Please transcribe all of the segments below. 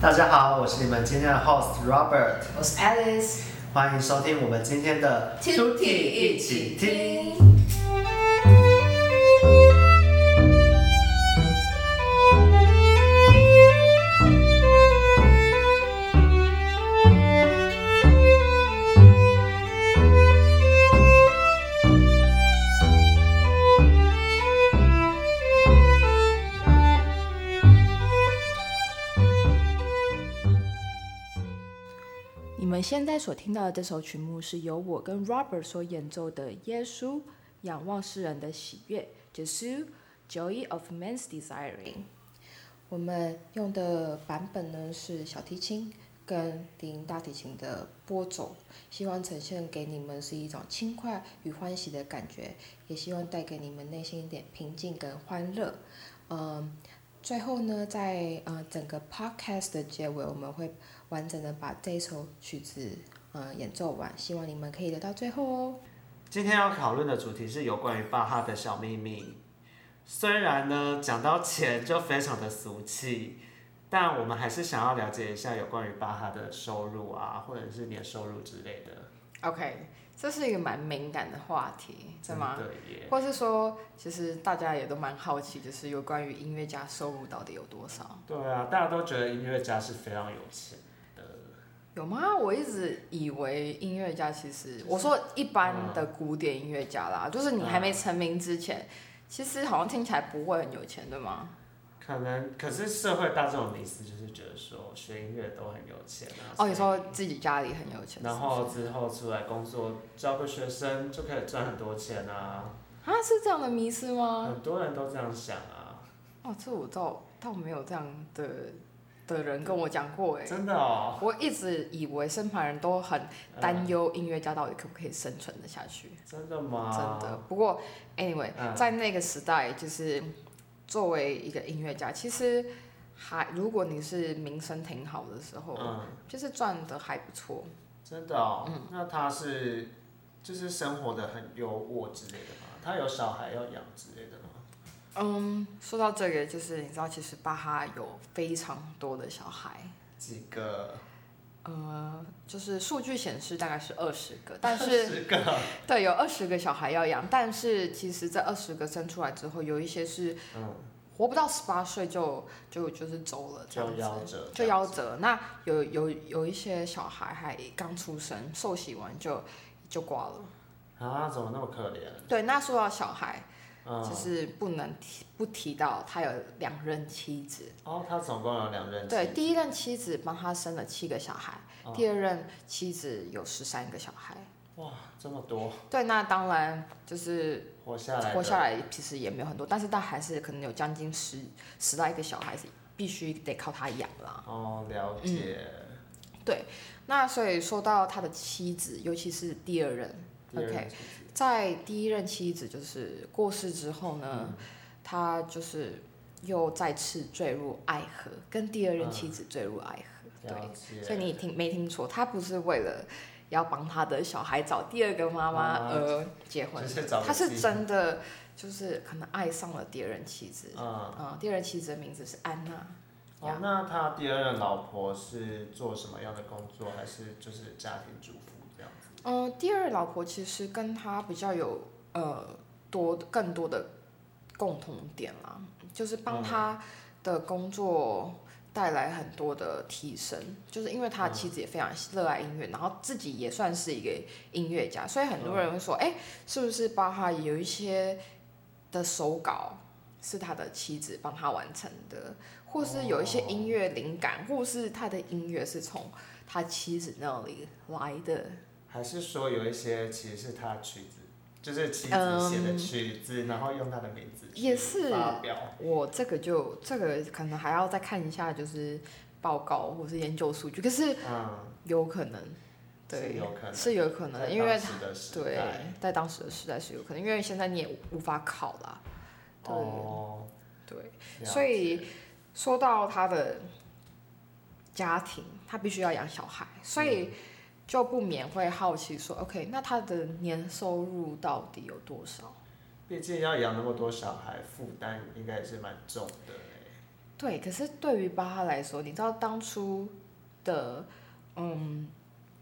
大家好，我是你们今天的 host Robert，我是 Alice，欢迎收听我们今天的 Two T 一一起起听。听。你们现在所听到的这首曲目是由我跟 Robert 所演奏的《耶稣仰望世人的喜悦》（Jesus Joy of Man's Desiring）。我们用的版本呢是小提琴跟零大提琴的拨奏，希望呈现给你们是一种轻快与欢喜的感觉，也希望带给你们内心一点平静跟欢乐。嗯，最后呢，在呃整个 podcast 的结尾，我们会完整的把这一首曲子呃演奏完，希望你们可以留到最后哦。今天要讨论的主题是有关于巴哈的小秘密。虽然呢，讲到钱就非常的俗气，但我们还是想要了解一下有关于巴哈的收入啊，或者是年收入之类的。 OK，这是一个蛮敏感的话题，对吗？嗯对耶。或是说，其实大家也都蛮好奇，就是有关于音乐家收入到底有多少？对啊，大家都觉得音乐家是非常有钱的。有吗？我一直以为音乐家其实，我说一般的古典音乐家啦，就是你还没成名之前，其实好像听起来不会很有钱，对吗？可能，可是社会大众的迷思就是觉得说学音乐都很有钱啊。哦，你所说以自己家里很有钱，然是后不之后出来工作，教个学生就可以赚很多钱啊，是啊，是这样的迷思吗？很多人都这样想啊，哦，这我倒倒没有这样的的人跟我讲过哎。真的哦。我一直以为身旁人都很担嗯忧音乐家到底可不可以生存得下去，真的吗？真的。不过，anyway，嗯在那个时代，就是作为一个音乐家，其实还如果你是名声挺好的时候，嗯，就是赚的还不错。真的哦。嗯那他是就是生活的很优渥之类的吗？他有小孩要养之类的吗？嗯，说到这个，就是你知道，其实巴哈有非常多的小孩，几个？呃，就是数据显示大概是二十个，但是十个。啊 对，有二十个小孩要养，但是其实这二十个生出来之后，有一些是嗯，活不到十八岁就就就是走了，这就样夭子折。就夭。折。那有有有一些小孩还刚出生，受洗完就就挂了。啊，怎么那么可怜？对，那说到小孩，嗯。就是不能提不提到他有两任妻子。哦，他总共有两任妻。对，第一任妻子帮他生了七个小孩，哦第二任妻子有十三个小孩。哇，这么多，对，那当然就是活下来。活下。来其实也没有很多，但是但还是可能有将近十十来个小孩子，必须得靠他养啦。哦，了嗯解。那所以说到他的妻子，尤其是第二任，第二任 OK 妻子在第一任妻子就是过世之后呢，嗯他就是又再次坠入爱河，跟第二任妻子坠入爱河。嗯了对，解。所以你听没听错，他不是为了要帮他的小孩找第二个妈妈妈妈而结婚就的，是找个他是机真的就是可能爱上了第二任妻子。嗯，呃，第二任妻子的名字是安娜。哦，那他第二任老婆是做什么样的工作？还是就是家庭主妇这样子？嗯、第二老婆其实跟他比较有呃多更多的共同点啦，就是帮他的工作带来很多的提升，就是因为他的妻子也非常热爱音乐，然后自己也算是一个音乐家，所以很多人会说，哎、是不是巴哈有一些的手稿是他的妻子帮他完成的，或是有一些音乐灵感，或是他的音乐是从他妻子那里来的。还是说有一些其实是他曲子，就是妻子写的曲子，然后用他的名字去也是发表？我这个就这个可能还要再看一下，就是报告或是研究数据，可是嗯，有可能，是对有可，能是有可能，在因为当时的时对代，在当时的时代是有可能，因为现在你也无法考啦，对哦，对，了所以解说到他的家庭，他必须要养小孩，所嗯以就不免会好奇说，OK，那他的年收入到底有多少？毕竟要养那么多小孩，负担应该也是蛮重的欸对，可是对于巴哈来说，你知道当初的，嗯，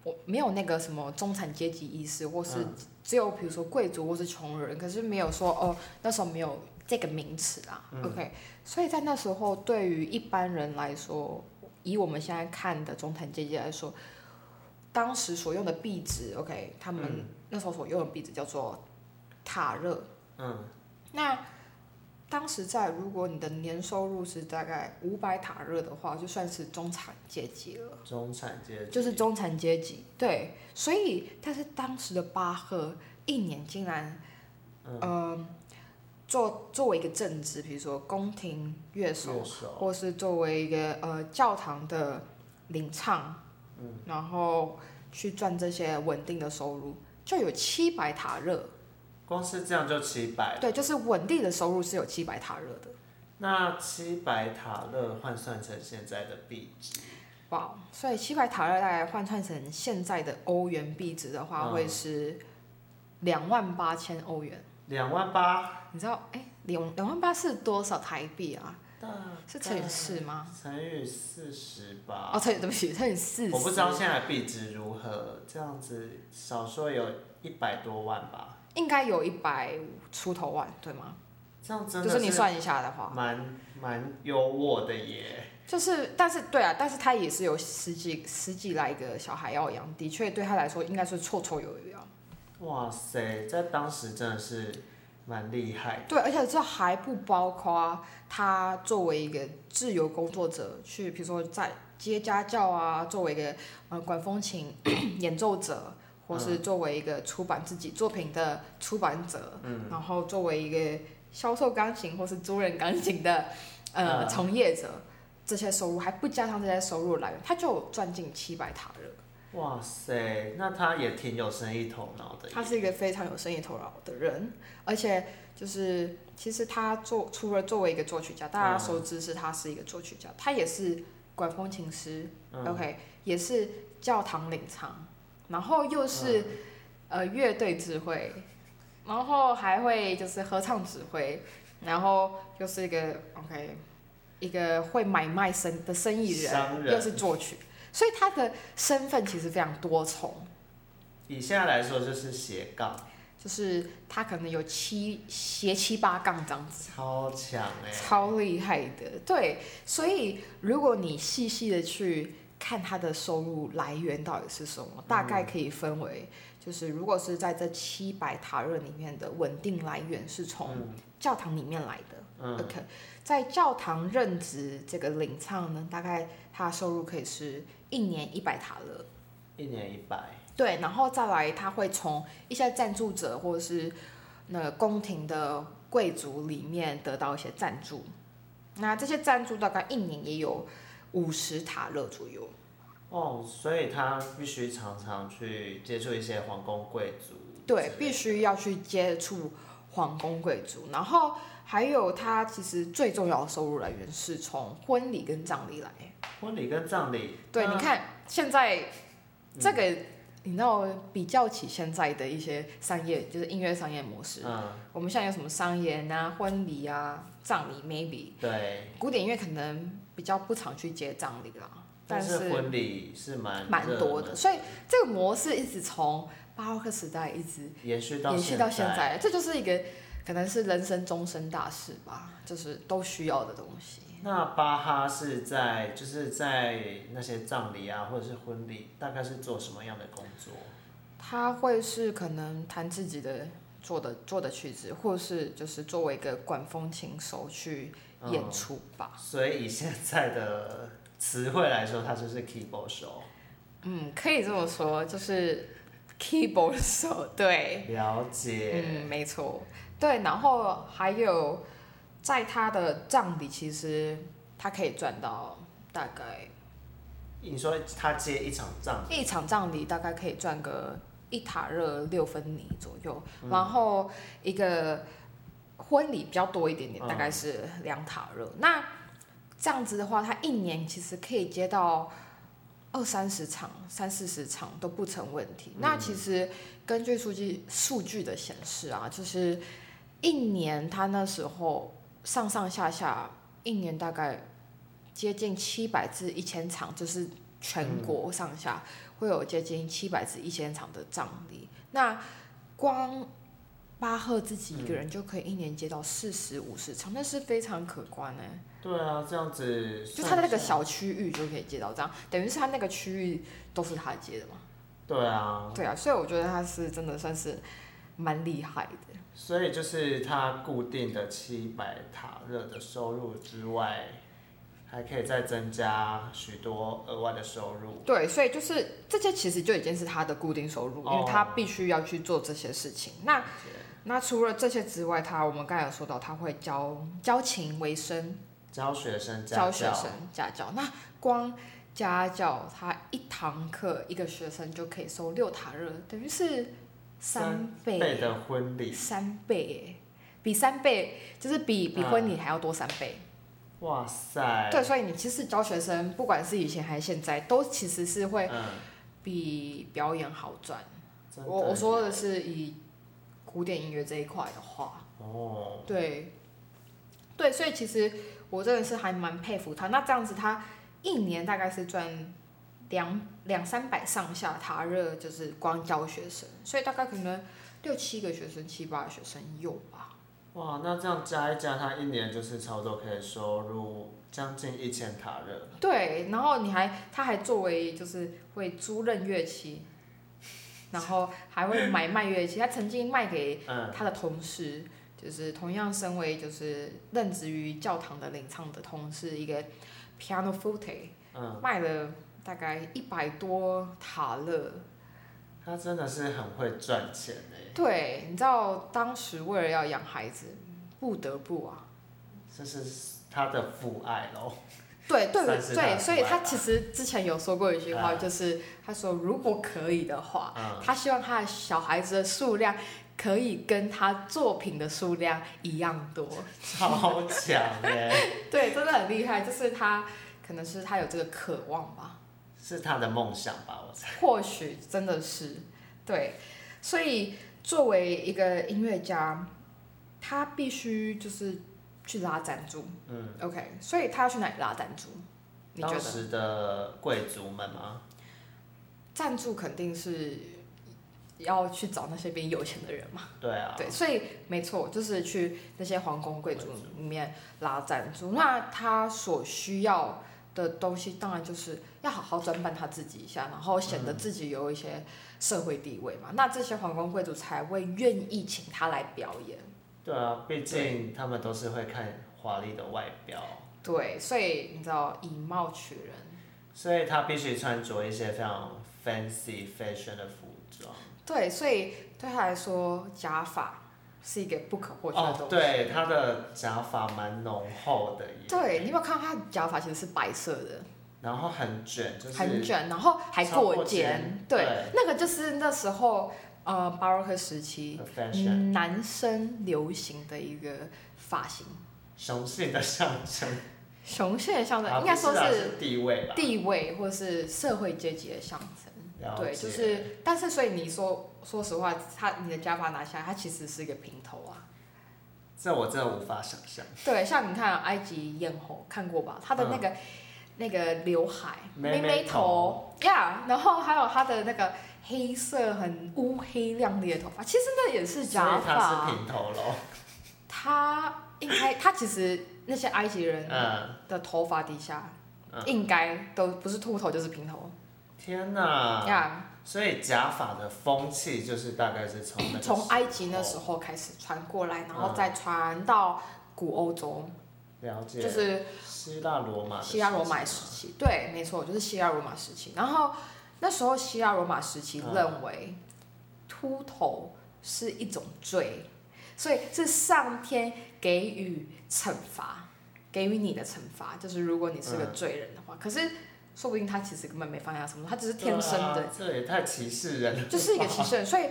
我没有那个什么中产阶级意识，或是嗯只有比如说贵族或是穷人，可是没有说哦，那时候没有这个名词啊。OK，所以嗯在那时候，对于一般人来说，以我们现在看的中产阶级来说，当时所用的币值，OK，他们嗯那时候所用的币值叫做塔勒，嗯那当时在如果你的年收入是大概五百塔热的话，就算是中产阶级了，中产阶级就是中产阶级。对，所以但是当时的巴赫一年竟然，嗯、做作为一个正职，比如说宫廷乐手，右手，或是作为一个呃教堂的领唱，嗯，然后去赚这些稳定的收入，就有七百塔热。光是这样就七百。对，就是稳定的收入是有七百塔热的。那七百塔勒换算成现在的币值，哇，所以七百塔勒大概换算成现在的欧元币值的话，嗯会是两万八千欧元。两万八你知道，哎，两两万八是多少台币啊？是乘以四吗？乘以四十吧。哦，乘以对不起，乘以四十。我不知道现在的币值如何，这样子少说有一百多万吧。应该有一百出头万，对吗？这样真就的是你算一下的话，蛮蛮优渥的耶。就是，但是对啊，但是他也是有十几十几来个小孩要养，的确对他来说应该是绰绰有余啊。哇塞，在当时真的是蛮厉害对，而且这还不包括他作为一个自由工作者去，比如说在接家教啊，作为一个呃管风琴 演奏者，或是作为一个出版自己作品的出版者，嗯、然后作为一个销售钢琴或是租人钢琴的呃、嗯从业者，这些收入还不加上这些收入来源，他就赚进七百塔了。的。哇塞，那他也挺有生意头脑的耶。嗯他是一个非常有生意头脑的人，而且就是呃其实他做除了作为一个作曲家，大家熟知是他是一个作曲家，他也是管风琴师、o 嗯 k 也是教堂领唱，然后嗯又是、呃乐队指挥，然后还会就是合唱指挥，然后又是一个 OK 一个会买卖生的生意商人，人又是作曲，所以他的身份其实非常多重。以现在来说就是斜杠，就是他可能有七斜七八杠这样子，超强哎、超厉害的。对，所以如果你细细的去看他的收入来源到底是什么，大概可以分为，就是如果是在这七百塔热里面的稳定来源是从嗯教堂里面来的。嗯 OK，在教堂任职这个领唱呢，大概他收入可以是一年一百塔勒。一年一百，对，然后再来，他会从一些赞助者或者是那个宫廷的贵族里面得到一些赞助。那这些赞助大概一年也有五十塔勒左右。哦，所以他必须常常去接触一些皇宫贵族之类对的，，必须要去接触皇宫贵族，然后还有他其实最重要的收入来源是从婚礼跟葬礼来。婚礼跟葬礼。嗯对，那你看现在这嗯个，你知道比较起现在的一些商业，就是音乐商业模式，嗯，我们现在有什么商演啊、婚礼啊、葬礼，maybe 对，古典音乐可能比较不常去接葬礼啦，但但是是婚礼是蛮蛮热多门的，所以这个模式一直从巴洛克时代一直延续到延续到现在。在，这就是一个可能是人生终身大事吧，就是都需要的东西。那巴哈是在就是在那些葬礼啊，或者是婚礼，大概是做什么样的工作？他会是可能弹自己的做的做的曲子，或是就是作为一个管风琴手去演嗯出吧。所以以现在的词汇来说，他就是 keyboard 手。嗯，可以这么说，就是 keyboard 手，对，了解，嗯，没错，对。然后还有，在他的葬礼，其实他可以赚到大概你说他接一场葬礼，一场葬礼大概可以赚个一塔热六分尼左右，然后一个婚礼比较多一点点，嗯大概是两塔热。那这样子的话，他一年其实可以接到二三十场、三四十场都不成问题。那其实根据数据数据的显示啊，就是一年他那时候上上下下一年大概接近七百至一千场，就是全国上下、会有接近七百至一千场的葬礼。那光巴赫自己一个人就可以一年接到四十五十场，那是非常可观哎、对啊，这样子就他在那算个啊下来小区域就可以接到这样，等于是他那个区域都是他接的嘛。对啊，对啊，所以我觉得他是真的算是蛮厉害的。所以就是他固定的七百塔热的收入之外，还可以再增加许多额外的收入。对，所以就是这些其实就已经是他的固定收入，因为他哦必须要去做这些事情。那那除了这些之外，他我们刚才有说到，他会教教琴为生，教学生家教教学生家教。那光家教，他一堂课一个学生就可以收六塔热，等于是三倍辈的婚礼，三倍耶，比三倍就是比比婚嗯礼还要多三倍。哇塞！对，所以你其实教学生，不管是以前还是现在，都其实是会嗯，比表演好赚。真的我我说的是以古典音乐这一块的话，哦，对，对，所以其实我真的是还蛮佩服他。那这样子，他一年大概是赚两两三百上下，他热就是光教学生，所以大概可能六七个学生、七八个学生有吧。哇，那这样加一加，他一年就是差不多可以收入将近一千塔热。对，然后你还他还作为就是会租赁乐器，然后还会买卖乐器，他曾经卖给嗯，他的同事，就是同样身为就是任职于教堂的领唱的同事，一个 piano forte，嗯卖了大概一百多塔勒。他真的是很会赚钱哎，对，你知道当时为了要养孩子，不得不啊。这是他的父爱喽。对对算是他对，的所以父爱他吧其实之前有说过一句话，嗯就是他说如果可以的话，嗯，他希望他的小孩子的数量可以跟他作品的数量一样多。超强哎，对，真的很厉害，就是他可能是他有这个渴望吧，是他的梦想吧？我猜。或许真的是对，所以作为一个音乐家，他必须就是去拉赞助嗯， ，OK，所以他要去哪里拉赞助？你觉当得时的贵族们吗？赞助肯定是要去找那些比你有钱的人嘛？对啊，对，所以没错，就是去那些皇宫贵族里面拉赞助。那他所需要的东西，当然就是要好好装扮他自己一下，然后显得自己有一些社会地位嘛。那这些皇宫贵族才会愿意请他来表演。对啊，毕竟他们都是会看华丽的外表，对，所以你知道以貌取人，所以他必须穿着一些非常 fancy fashion 的服装。对，所以对他来说，假发是一个不可或缺的哦东，西。对，他的假发蛮浓厚的耶，对，你有没有看到他的假发其实是白色的？然后很卷，就是很卷，然后还超过过肩肩，对对，那个就是那时候呃巴洛克时期嗯的 fashion，、男生流行的一个发型，雄性的象征，雄性的象征，啊 应该说不是啊是是地位吧？地位或是社会阶级的象征。了解对，就是，但是所以你说，说实话，他你的假发拿下来，它其实是一个平头啊。这我真的无法想象，对，像你看埃及艳后看过吧？她的那个、那个刘海、嗯妹妹妹头呀然后还有她的那个黑色很乌黑亮丽的头发，其实那也是所以假他是发。平头喽，她 应该，她其实那些埃及人嗯，的头发底下，嗯应该都不是秃头就是平头天哪，呀。所以假发的风气就是大概是从那个从、时埃及那候哦时候开始传过来，然后嗯再传到古欧洲，了解，就是希腊罗马的啊希腊罗马时时期，对，没错，就是希腊罗马时期。然后那时候希腊罗马时期嗯认为秃头是一种罪，所以是上天给予惩罚，给予你的惩罚，就是如果你是个嗯罪人的话。可是说不定他其实根本没犯下什么，他只是期天生的对，啊这也太歧视人了吧，就是一个歧视人。所以，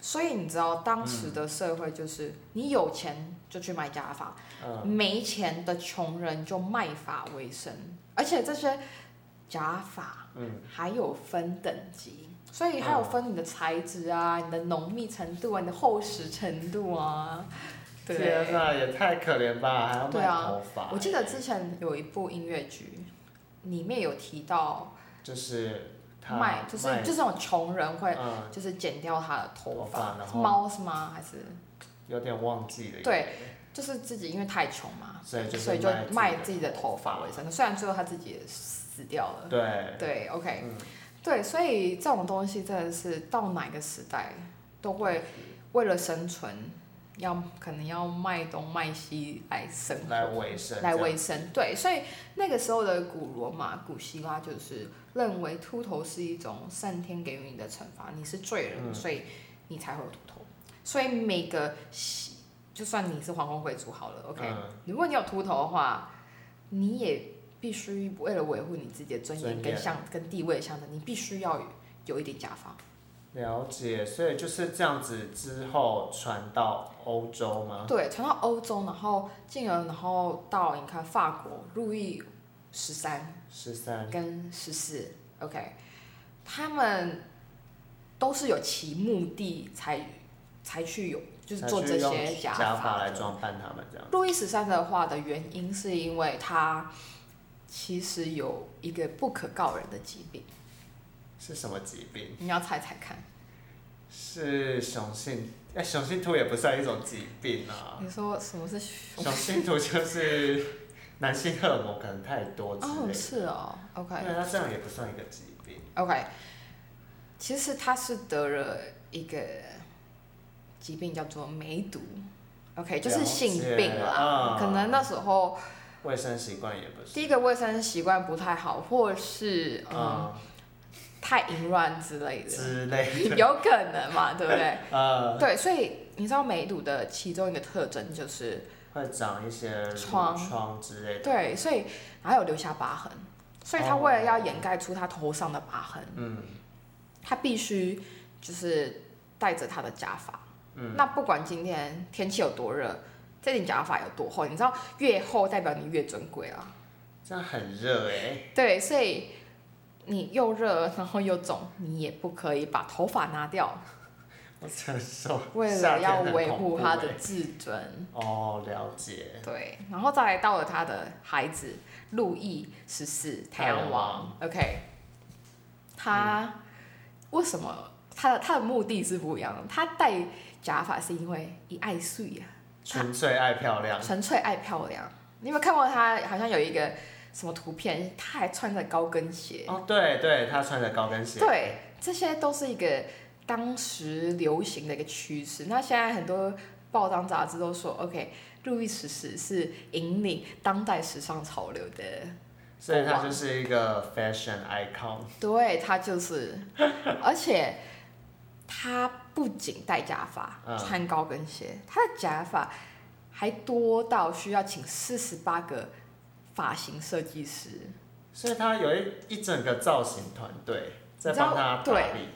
所以你知道当时的社会就是，你有钱就去买假发，嗯没钱的穷人就卖发为生，而且这些假发嗯，还有分等级。所以还有分你的材质啊、你的浓密程度啊、你的厚实程度啊，对天哪，也太可怜吧，还要对卖啊头发、我记得之前有一部音乐剧，里面有提到就是他卖，就是就是那种穷人会嗯，就是剪掉他的头头发发然，是后猫是吗？还是有点忘记了，对，就是自己因为太穷嘛，所以就是所以就卖卖自己的头发为生。虽然最后他自己也死掉了，对，对，OK，、嗯对，所以这种东西真的是到哪个时代都会为了生存，要可能要卖东卖西来生活来维生，来维生。对，所以那个时候的古罗马、古希腊就是认为秃头是一种上天给予你的惩罚，你是罪人，嗯所以你才会有秃头。所以每个西，就算你是皇宫贵族好了，OK，、嗯如果你有秃头的话，你也必须为了维护你自己的尊严尊跟严象跟地位象征，你必须要有一点假发。了解，所以就是这样子之后传到欧洲吗？对，传到欧洲，然后进而然后到你看法国路易十三，十三，跟十四，OK，他们都是有其目的才才去有，就是做这才去些用假假发来的。装扮他们这样。路易十三的话的原因是因为他其实有一个不可告人的疾病，是什么疾病？你要猜猜看。是雄性？哎、雄性秃也不算一种疾病啊。你说什么是雄性秃就是男性荷尔蒙可能太多之哦，类的。是哦，OK 对，啊那这样也不算一个疾病。 OK，其实他是得了一个疾病叫做梅毒，OK，就是了性解病啦，嗯可能那时候。卫生习惯也不是。第一个卫生习惯不太好，或是嗯啊、太淫乱之类的，之类的。 有可能嘛，对 不对？呃，对，所以你知道梅毒的其中一个特征就是会长一些褥疮疮之类的。对，所以还有留下疤痕，所以他为了要掩盖出他头上的疤痕，嗯他必须就是戴着他的假发。嗯。那不管今天天气有多热，这顶假发有多厚，你知道越厚代表你越尊贵啊。这样很热哎、对，所以你又热然后又肿，你也不可以把头发拿掉，我承受。为夏了天要很维恐护怖他欸的自尊。哦，了解。对，然后再来到了他的孩子路易十四太阳太阳王王嗯，OK，他为什么他的他的目的是不一样的？他戴假发是因为一爱睡啊，纯粹爱漂亮，纯粹爱漂亮。你有没有看过他？好像有一个什么图片，他还穿着高跟鞋。哦，对对，他穿着高跟鞋，对，这些都是一个当时流行的一个趋势。那现在很多报章杂志都说，OK，路易十四是引领当代时尚潮流的，所以他就是一个 fashion icon。对他就是，而且他不仅戴假发、嗯穿高跟鞋，他的假发还多到需要请四十八个发型设计师。所以他有一一整个造型团队在你知道帮他打理。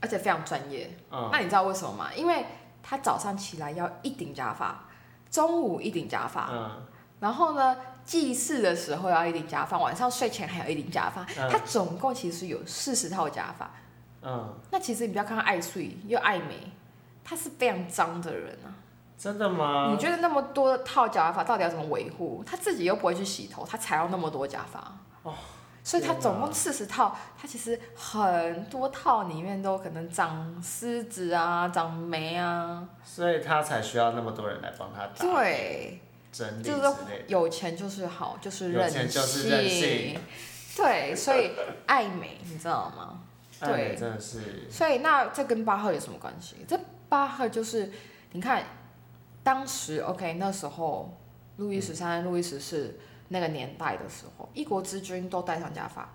而且非常专业，嗯那你知道为什么吗？因为他早上起来要一顶假发，中午一顶假发，嗯，然后呢，祭祀的时候要一顶假发，晚上睡前还有一顶假发。嗯他总共其实有四十套假发。嗯，那其实你不要看他爱睡又爱美，他是非常脏的人啊。真的吗？你觉得那么多套假发到底要怎么维护？他自己又不会去洗头，他才要那么多假发。哦所以他天总共哪四十套，他其实很多套里面都可能长虱子啊，长霉啊。所以他才需要那么多人来帮他打理对，整理之就类是的。有钱就是好，就是有任钱就是任性对，所以爱美，你知道吗？对爱哎美真的是，所以那这跟巴赫有什么关系？这巴赫就是你看，当时 OK 那时候路易十嗯三、路易十四那个年代的时候，一国之君都戴上假发，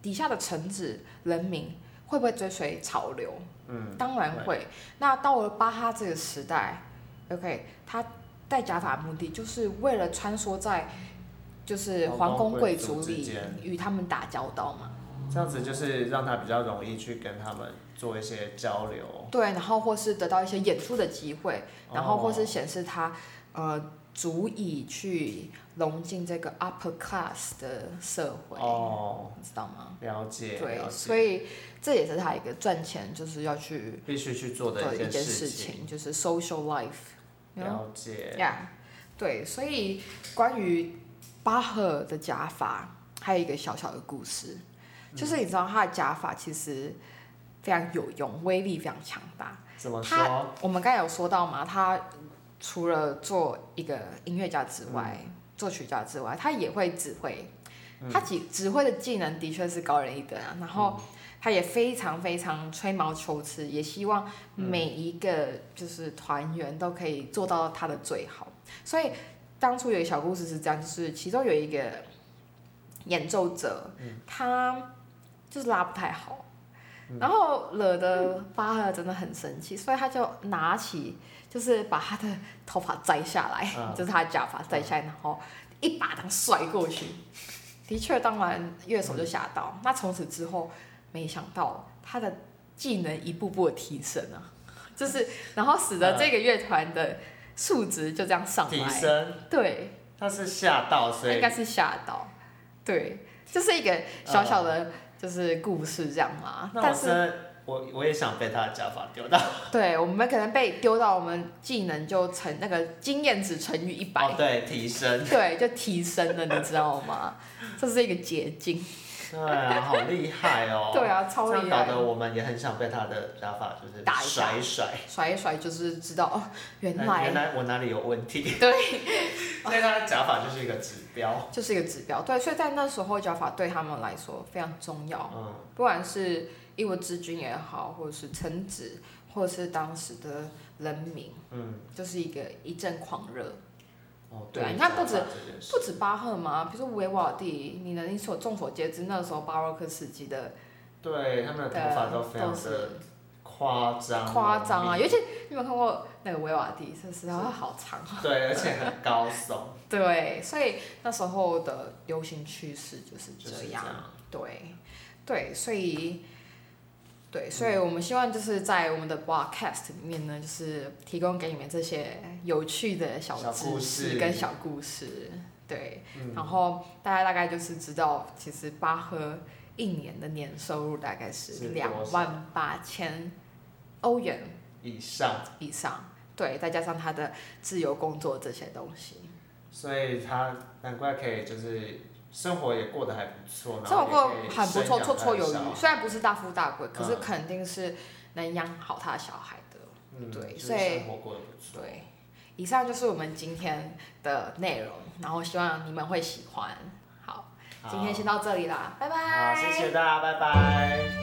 底下的臣子人民会不会追随潮流？嗯，当然会会。那到了巴哈这个时代，OK，他戴假发的目的就是为了穿梭在就是皇皇宫宫贵贵族族之里间与他们打交道嘛。这样子就是让他比较容易去跟他们做一些交流。对，然后或是得到一些演出的机会，然后哦或是显示他、呃足以去融进这个 upper class 的社会，哦，你知道吗？了解，对了，解所以这也是他一个赚钱，就是要去必须去做做的的一件件事事情，就是 social life。了解。呀、对，所以关于巴赫的假发，还有一个小小的故事，就是你知道他的假发其实非常有用，威力非常强大。怎么他说？我们刚才有说到嘛，他除了做一个音乐家之外，作曲家之外，他也会指挥。他指指挥的技能的确是高人一等啊，然后他也非常非常吹毛求疵，也希望每一个就是团员都可以做到他的最好。所以当初有一个小故事是这样，就是其中有一个演奏者，他就是拉不太好，然后惹得巴赫真的很生气，所以他就拿起，就是把他的头发摘下来，嗯就是他的假发摘下来，然后一巴掌甩过去。的确，当然乐手就吓到。那从此之后，没想到他的技能一步步的提升啊， 就是然后使得这个乐团的数值就这样上嗯提来。升，对，他是吓到，所应以该是吓到。对，这是一个小小的，嗯就是故事这样嘛。那但我是真的我我也想被他的假发丢 到。对，我们可能被丢到我们技能就乘那个经验值乘以一百、哦，对，提升，对，就提升了，你知道吗？这是一个捷径。对啊，好厉害哦。 对啊，超这样厉搞害得。我们也很想被他的打法就是打一下甩一甩。甩一甩就是知道哦，原哎原来来我哪里有问 题？对，所以他的假发就是一个指标。就是一个指标。对，所以在那时候脚法对他们来说非常重要，嗯，不管是一国之君也好，或者是臣子，或者是当时的人民，嗯，就是一个一阵狂热。哦，对啊你假看发不止这件事不止巴赫嘛，比如说维瓦尔第，你能你所众所皆知，那时候巴洛克时期的对他们的头发都非常的夸张，夸张啊，浓密尤其你有没有看过那个维瓦蒂，是不是？它好长啊。对，而且很高耸，对，所以那时候的流行趋势就是就这是这样。样。对，对，所以，对，所以我们希望就是在我们的 broadcast 里面呢，就是提供给你们这些有趣的小小知故识事跟小故事。对，嗯然后大家大概就是知道，其实巴赫一年的年收入大概是是多两少万八千欧元。以上，以上，对，再加上他的自由工作这些东西，所以他难怪可以就是生活也过得还不错，然生活过后也可以很不错，生养绰绰有他的小余。孩虽然不是大富大贵，可是嗯肯定是能养好他的小孩的。嗯，对就是所以生活过得不错。对，以上就是我们今天的内容，然后希望你们会喜欢。好，今天先到，到这里啦，拜拜。好，谢谢大家，拜拜。